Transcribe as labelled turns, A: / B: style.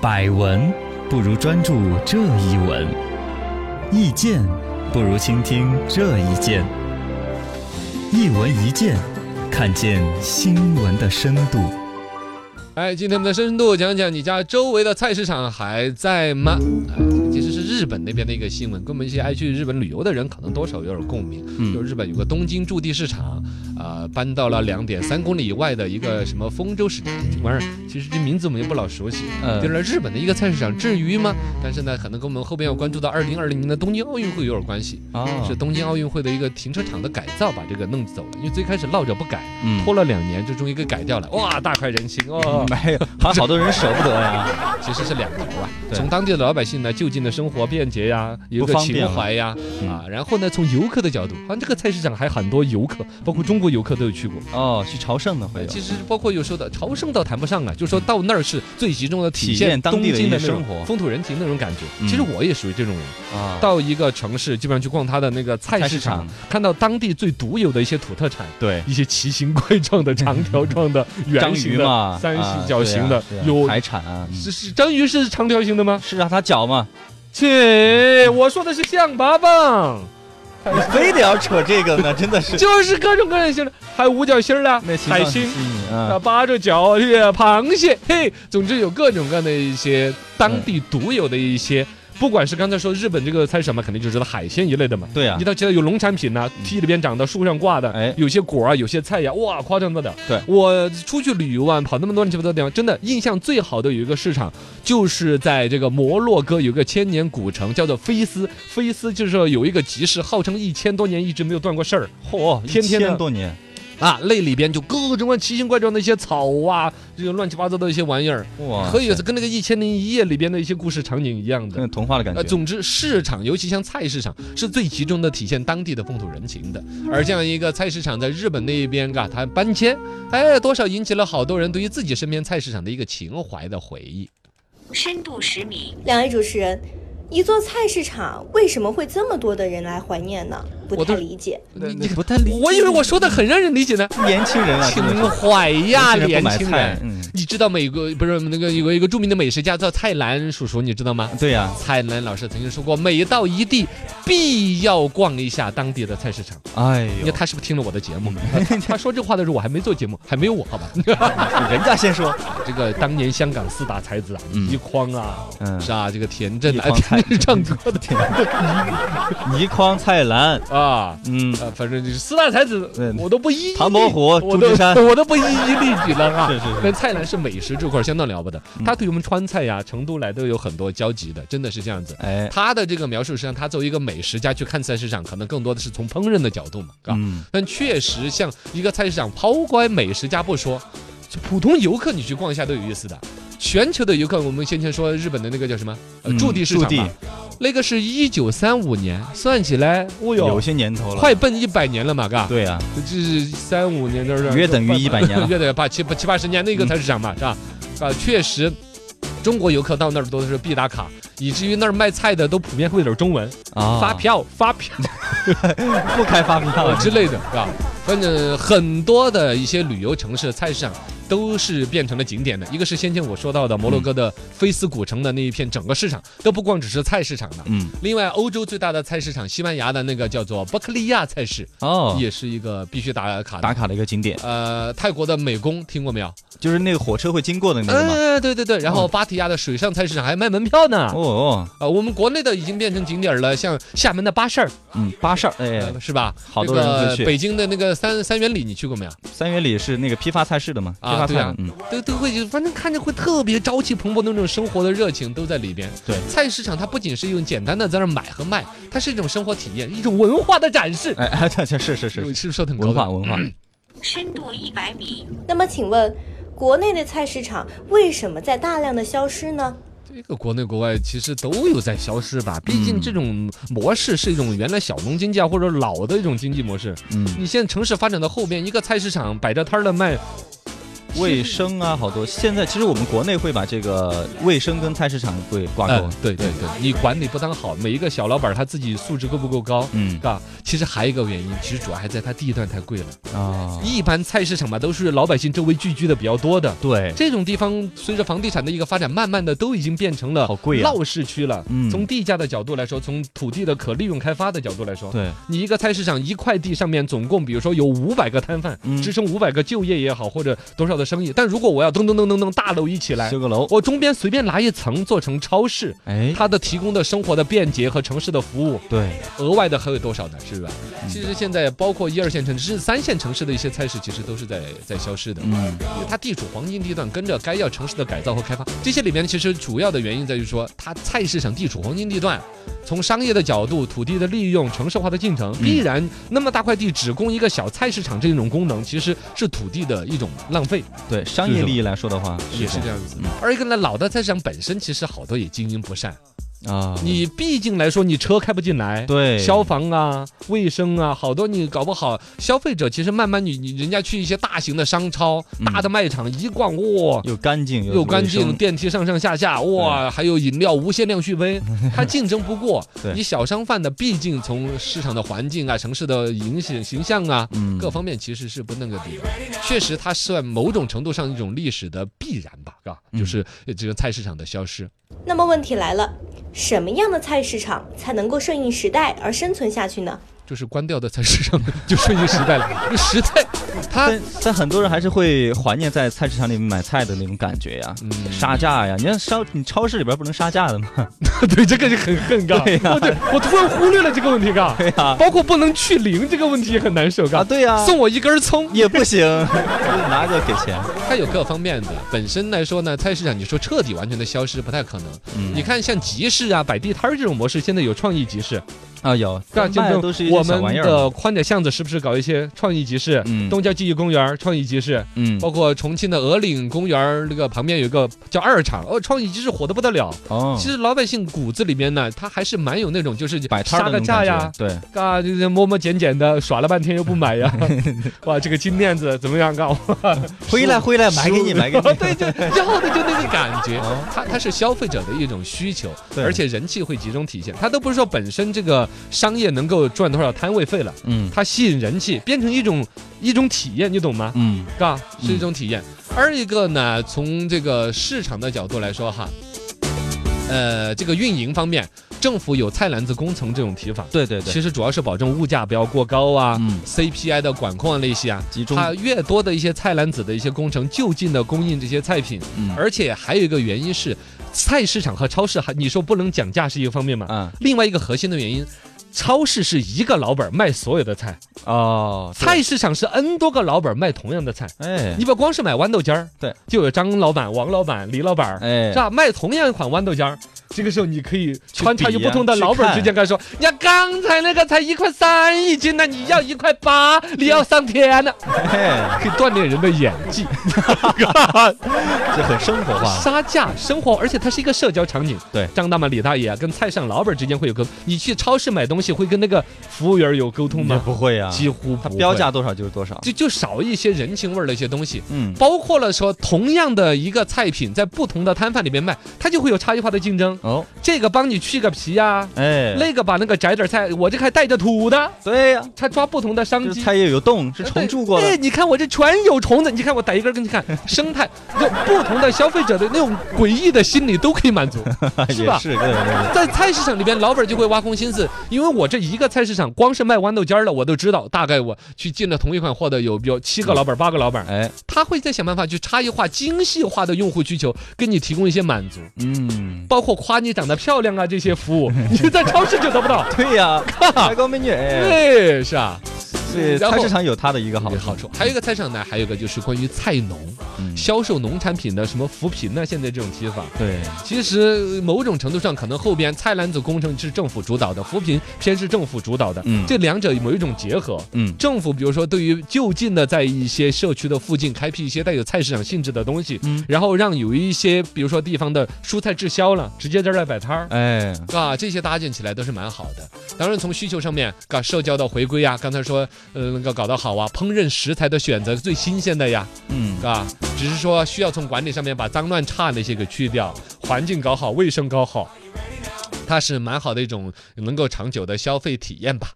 A: 百闻不如专注这一闻，意见不如倾听这一见。一闻一见，看见新闻的深度。
B: 哎，今天我们的深度讲讲你家周围的菜市场还在吗？哎，其实是日本那边的一个新闻，跟我们一些爱去日本旅游的人可能多少有点共鸣。
A: 嗯
B: 就日本有个东京驻地市场，啊，搬到了两点三公里以外的一个什么丰州市场。这玩意儿其实这名字我们也不老熟悉。
A: 呃
B: 就是日本的一个菜市场，至于吗？但是呢，可能跟我们后边要关注到二零二零年的东京奥运会有点关系，
A: 啊，
B: 是东京奥运会的一个停车场的改造把这个弄走了，因为最开始闹着不改，
A: 嗯
B: 拖了两年，就终于给改掉了，哇，大快人心哦！
A: 没有， 好好多人舍不得呀。
B: 其实是两头啊，
A: 对
B: 从当地的老百姓呢就近的生活便捷呀，有
A: 不
B: 个
A: 方便
B: 情怀呀
A: 嗯
B: 啊，然后呢从游客的角度，好像这个菜市场还很多游客，包括中国游客都有去过。
A: 哦，去朝圣的会有，
B: 其实包括有时候的朝圣倒谈不上了，就说到那儿是最集中的体
A: 体验
B: 现
A: 当地
B: 东
A: 的
B: 京的
A: 一些
B: 那种
A: 生活
B: 风土人情那种感觉。
A: 嗯
B: 其实我也属于这种人，
A: 啊，
B: 到一个城市基本上去逛它的那个菜
A: 菜
B: 市
A: 市
B: 场
A: 场，
B: 看到当地最独有的一些土特产。
A: 嗯对，嗯
B: 一些奇形怪状的、长条状的、
A: 章
B: 圆形
A: 鱼
B: 的
A: 嘛、，
B: 三
A: 啊
B: 角形的
A: 对啊，对啊
B: 有
A: 海产啊，嗯
B: 是是章鱼是长条形的吗？
A: 是啊，它脚嘛，
B: 切，我说的是象拔蚌，
A: 你非得要扯这个呢， 真的是。
B: 就是各种各样的形状，还有五角星儿啦
A: 那，形
B: 海
A: 状
B: 星
A: 很。吸引
B: 啊，
A: 啊，
B: 八着脚，呃螃蟹，嘿，总之有各种各样的一些当地独有的一些，不管是刚才说日本这个菜市场嘛，肯定就知道海鲜一类的嘛。
A: 对啊嗯
B: 你，到其他有农产品呐、地里边长的，树上挂的，
A: 哎
B: 有些果啊，有些菜呀、哇，夸张到点儿。
A: 对
B: 我出去旅游啊，跑那么多乱七八糟的地方，真的印象最好的有一个市场，就是在这个摩洛哥有一个千年古城，叫做菲斯。菲斯就是说有一个集市，号称一千多年一直没有断过事儿
A: 嚯，
B: 天天的
A: 1000多年，
B: 啊，那里边就各种各样奇形怪状的一些草啊，这个乱七八糟的一些玩意儿，
A: 哇，
B: 可以是跟那个一千零一夜里边的一些故事场景一样的
A: 很。有童话的感
B: 呃，
A: 觉。
B: 总之，市场尤其像菜市场，是最集中的体现当地的风土人情的。
A: 嗯
B: 而这样一个菜市场在日本那边，嘎，它搬迁，哎，多少引起了好多人对于自己身边菜市场的一个情怀的回忆。
C: 深度十米，
D: 两位主持人，一座菜市场为什么会这么多的人来怀念呢？
B: 我
D: 不
B: 都
D: 太理解。
A: 你
B: 你
A: 你不太理解
B: 我以为我说的很让人理解 呢，
A: 年轻人啊，
B: 情
A: 真的是
B: 怀呀，
A: 年
B: 年
A: 人不买
B: 轻
A: 菜
B: 人。
A: 嗯，
B: 你知道美国不是那个有个一个著名的美食家叫蔡澜叔叔，你知道吗？
A: 对呀，
B: 蔡澜老师曾经说过，每到一地必要逛一下当地的菜市场。
A: 哎
B: 你
A: 呦
B: 看，他是不是听了我的节目？ 他他说这话的时候，我还没做节目，还没有我，好吧？
A: 人家先说，
B: 这个当年香港四大才子啊，
A: 嗯
B: 倪匡啊，
A: 嗯
B: 是啊，这个田震啊
A: 倪匡才，
B: 这是唱歌的田
A: 倪匡、蔡澜，
B: 啊。
A: 嗯，
B: 呃，反正就是四大才子
A: 对，
B: 我都不一一
A: 嗯唐伯虎
B: 我都
A: 朱枝山
B: 我都不一一例举了啊。
A: 是是是嗯
B: 但蔡澜是美食这块儿相当了不得，他对我们川菜呀、成都来都有很多交集的，真的是这样子。
A: 哎，
B: 他的这个描述实际上，他作为一个美食家去看菜市场，可能更多的是从烹饪的角度嘛，啊，
A: 嗯，
B: 但确实，像一个菜市场，抛开美食家不说，就普通游客你去逛一下都有意思的。全球的游客，我们先前说日本的那个叫什么？呃，
A: 嗯
B: 驻地市场
A: 驻
B: 嘛
A: 地，
B: 那个是一九三五年，算起来，哦
A: 有
B: 哟，
A: 些年头了，
B: 快奔一百年了嘛，嘎，
A: 对呀，
B: 这是三五年就是
A: 约等于100年了
B: 约等于八七八七八十年那个
A: 嗯
B: 菜市场嘛，是吧？啊，确实。中国游客到那儿都是必打卡，以至于那儿卖菜的都普遍会点中文，
A: 啊，
B: 发票发票。
A: 不开发票
B: 呃之类的，是吧？反正很多的一些旅游城市的菜市场都是变成了景点的。一个是先前我说到的摩洛哥的菲斯古城的那一片整个市场，都不光只是菜市场了。
A: 嗯，
B: 另外，欧洲最大的菜市场，西班牙的那个叫做伯克利亚菜市，
A: 哦，
B: 也是一个必须打卡
A: 打
B: 的。
A: 卡的一个景点，
B: 呃，泰国的美宫听过没有？
A: 就是那个火车会经过的那个嘛。
B: 嗯，对对对。然后芭提雅的水上菜市场还卖门票呢。
A: 哦哦，
B: 呃，我们国内的已经变成景点了，像厦门的巴士儿，
A: 嗯，巴士儿，哎，
B: 呃是吧？
A: 好多人
B: 这个
A: 会去
B: 北京的那个三三元里，你去过没有？
A: 三元里是那个批发菜市的嘛，批
B: 啊
A: 发菜
B: 对啊
A: 的，嗯，
B: 都都会，反正看着会特别朝气蓬勃的那种生活的热情都在里边。
A: 对
B: 菜市场它不仅是用简单的在那儿买和卖，它是一种生活体验，一种文化的展示。
A: 哎 哎，这这是是
B: 是不
A: 是
B: 是说的很高
A: 文化
B: 端？
A: 文化，
C: 深度一百米，
D: 那么，请问，国内的菜市场为什么在大量的消失呢？
B: 这个国内国外其实都有在消失吧，毕
A: 嗯
B: 竟这种模式是一种原来小农经济啊或者老的一种经济模式。
A: 嗯，
B: 你现在城市发展到后边，一个菜市场摆着摊儿的卖。
E: 卫生啊，好多。现在其实我们国内会把这个卫生跟菜市场会挂钩
B: 嗯，，对对对，你管理不当好，每一个小老板他自己素质够不够高？
E: 嗯
B: 啊，其实还有一个原因，其实主要还在它地段太贵了。
E: 啊，
B: 一般菜市场嘛，都是老百姓周围聚居的比较多的。
E: 对，
B: 这种地方随着房地产的一个发展，慢慢的都已经变成了
E: 好贵啊
B: 闹市区了。
E: 嗯
B: 从地价的角度来说，从土地的可利用开发的角度来说，
E: 对，
B: 你一个菜市场一块地上面总共，比如说有五百个摊贩，
E: 嗯
B: 支撑五百个就业也好，或者多少的生意。但如果我要噔噔噔噔噔大楼一起来，
E: 修个楼，
B: 我中间随便拿一层做成超市，
E: 哎，
B: 它的提供的生活的便捷和城市的服务，
E: 对，
B: 额外的还有多少呢？是吧？其实现在包括一二线城市、甚至三线城市的一些菜市，其实都是在在消失的。
E: 嗯，
B: 因为它地处黄金地段，跟着该要城市的改造和开发，这些里面其实主要的原因在于说，它菜市场地处黄金地段，从商业的角度、土地的利用、城市化的进程，必然那么大块地只供一个小菜市场这种功能，其实是土地的一种浪费，
E: 对，商业利益来说的话，
B: 也是这样子。而一个呢，老的菜市场本身其实好多也经营不善，
E: 这样啊，
B: 你毕竟来说，你车开不进来，
E: 对
B: 消防啊、卫生啊，好多你搞不好，消费者其实慢慢你你人家去一些大型的商超、大的卖场一逛，哇。
E: 又干净
B: 又干
E: 嗯卫
B: 净，
E: 生
B: 电梯上上下下，哇，还有饮料无限量续 杯，它竞争不过
E: 对。
B: 你小商贩的，毕竟从市场的环境啊、城市的影响形象啊，
E: 嗯
B: 各方面其实是不那个的。确实，它算某种程度上一种历史的必然吧，嘎，
E: 嗯
B: 就是这个菜市场的消失。
D: 那么问题来了，什么样的菜市场才能够顺应时代而生存下去呢？
B: 就是关掉的菜市场就顺应时 代了。这时代，它
E: 但但很多人还是会怀念在菜市场里面买菜的那种感觉呀，
B: 嗯
E: 杀价呀！你看超你超市里边不能杀价的吗？
B: 对这个是很很尬。
E: 对呀
B: 我对我突然忽略了这个问题，嘎。
E: 对呀，
B: 包括不能去零这个问题也很难受，嘎。
E: 啊对呀，
B: 送我一根葱，
E: 也不行， 拿着给钱。
B: 它有各方面的。本身来说呢，菜市场你说彻底完全的消失不太可能。
E: 嗯
B: 你看像集市啊、摆地摊儿这种模式，现在有创意集市，
E: 啊，有，
B: 干
E: 卖
B: 就
E: 都是
B: 是
E: 一
B: 我
E: 些小
B: 们
E: 玩意儿
B: 的
E: 嘛。
B: 宽窄巷子是不是搞一些创意集市？
E: 嗯
B: 东郊记忆公园儿创意集市，
E: 嗯，
B: 包括重庆的鹅岭公园儿那个旁边有一个叫二厂，哦，创意集市火得不得了。
E: 哦
B: 其实老百姓骨子里面呢，他还是蛮有那种就是
E: 摆摊儿
B: 杀
E: 的那
B: 个
E: 种
B: 价
E: 感觉
B: 呀，
E: 对，
B: 嘎，就是摸摸捡捡的，耍了半天又不 买呀，哇，这个金链子怎么样？嘎，哇
E: 回来回来，买给你，买给 你。
B: 对，就要的就那个感觉
E: 哦，
B: 它它是消费者的一种需求，
E: 对
B: 而且人气会集中体现。它都不是说本身这个商业能够赚多少摊位费了，
E: 嗯
B: 它吸引人气，变成一种一种体验，你懂吗？
E: 嗯，
B: 嘎，是一种体验。二一个呢，从这个市场的角度来说哈，呃，这个运营方面，政府有菜篮子工程这种提法，
E: 对对对，
B: 其实主要是保证物价不要过高啊。
E: 嗯，
B: CPI 的管控啊那些啊，
E: 集中
B: 它越多的一些菜篮子的一些工程，就近的供应这些菜品，
E: 嗯
B: 而且还有一个原因是，菜市场和超市还你说不能讲价是一个方面嘛，
E: 嗯
B: 另外一个核心的原因，超市是一个老板卖所有的菜，
E: 哦，对，
B: 菜市场是 N 多个老板卖同样的菜，
E: 哎
B: 你不光是买豌豆尖儿，
E: 对，
B: 就有张老板、王老板、李老板儿，
E: 哎
B: 是，吧？卖同样一款豌豆尖儿，这个时候你可以穿插于
E: 比呀
B: 不同的
E: 去
B: 老板
E: 看
B: 之间，跟他说，人家刚才那个才一块三一斤呢，你要一块八，你要上天呢，
E: 哎，
B: 可以锻炼人的演技，
E: 这很生活化。
B: 杀价生活，而且它是一个社交场景。
E: 啊对
B: 张大妈、李大爷啊，跟菜市场老板之间会有沟，你去超市买东西会跟那个服务员有沟通
E: 也
B: 吗？
E: 不会啊呀，
B: 几乎
E: 它
B: 不会
E: 标价多少就是多少。
B: 就就少一些人情味儿的一些东西。
E: 嗯，
B: 包括了说同样的一个菜品在不同的摊贩里面卖，它就会有差异化的竞争。
E: 哦，
B: 这个帮你去个皮呀、
E: 哎，啊
B: 那个把那个摘点菜，我这还带着土的，
E: 对呀，
B: 它抓不同的商
E: 这
B: 机。
E: 菜叶有洞，是
B: 呃
E: 重铸过
B: 对，对
E: 的。，
B: 你看我这全有虫子，你看我逮一根给你看，生态，就不同的消费者的那种诡异的心理都可以满足是
E: 也
B: 吧？
E: 哎是，对对对，
B: 在菜市场里边，老板就会挖空心思，因为我这一个菜市场光是卖豌豆尖儿的，我都知道，大概我去进了同一款货的有有七个老板、八个老板，
E: 哎，
B: 他会再想办法去差异化、精细化的用户需求，给你提供一些满足，
E: 嗯，。
B: 包括夸你长得漂亮啊这些服务，你在超市就得不到
E: 对 呀，帅哥美女，哎，
B: 对，是啊，
E: 对，
B: 然
E: 菜
B: 后
E: 市场有它的一个好
B: 有好处。还有一个菜市场呢，还有一个就是关于菜农、
E: 嗯
B: 销售农产品的什么扶贫呢，啊现在这种提法。
E: 对，
B: 其实某种程度上，可能后边菜篮子工程是政府主导的，扶贫偏是政府主导的，
E: 嗯
B: 这两者某一种结合。
E: 嗯，
B: 政府比如说对于就近的在一些社区的附近开辟一些带有菜市场性质的东西，
E: 嗯
B: 然后让有一些比如说地方的蔬菜滞销了，直接在这儿摆摊儿。
E: 哎，
B: 啊，这些搭建起来都是蛮好的。当然，从需求上面，搞社交的回归啊呀，刚才说，呃，那个搞得好啊，烹饪食材的选择最新鲜的呀，
E: 嗯，
B: 啊，只是说需要从管理上面把脏乱差那些给去掉，环境搞好，卫生搞好，它是蛮好的一种能够长久的消费体验吧。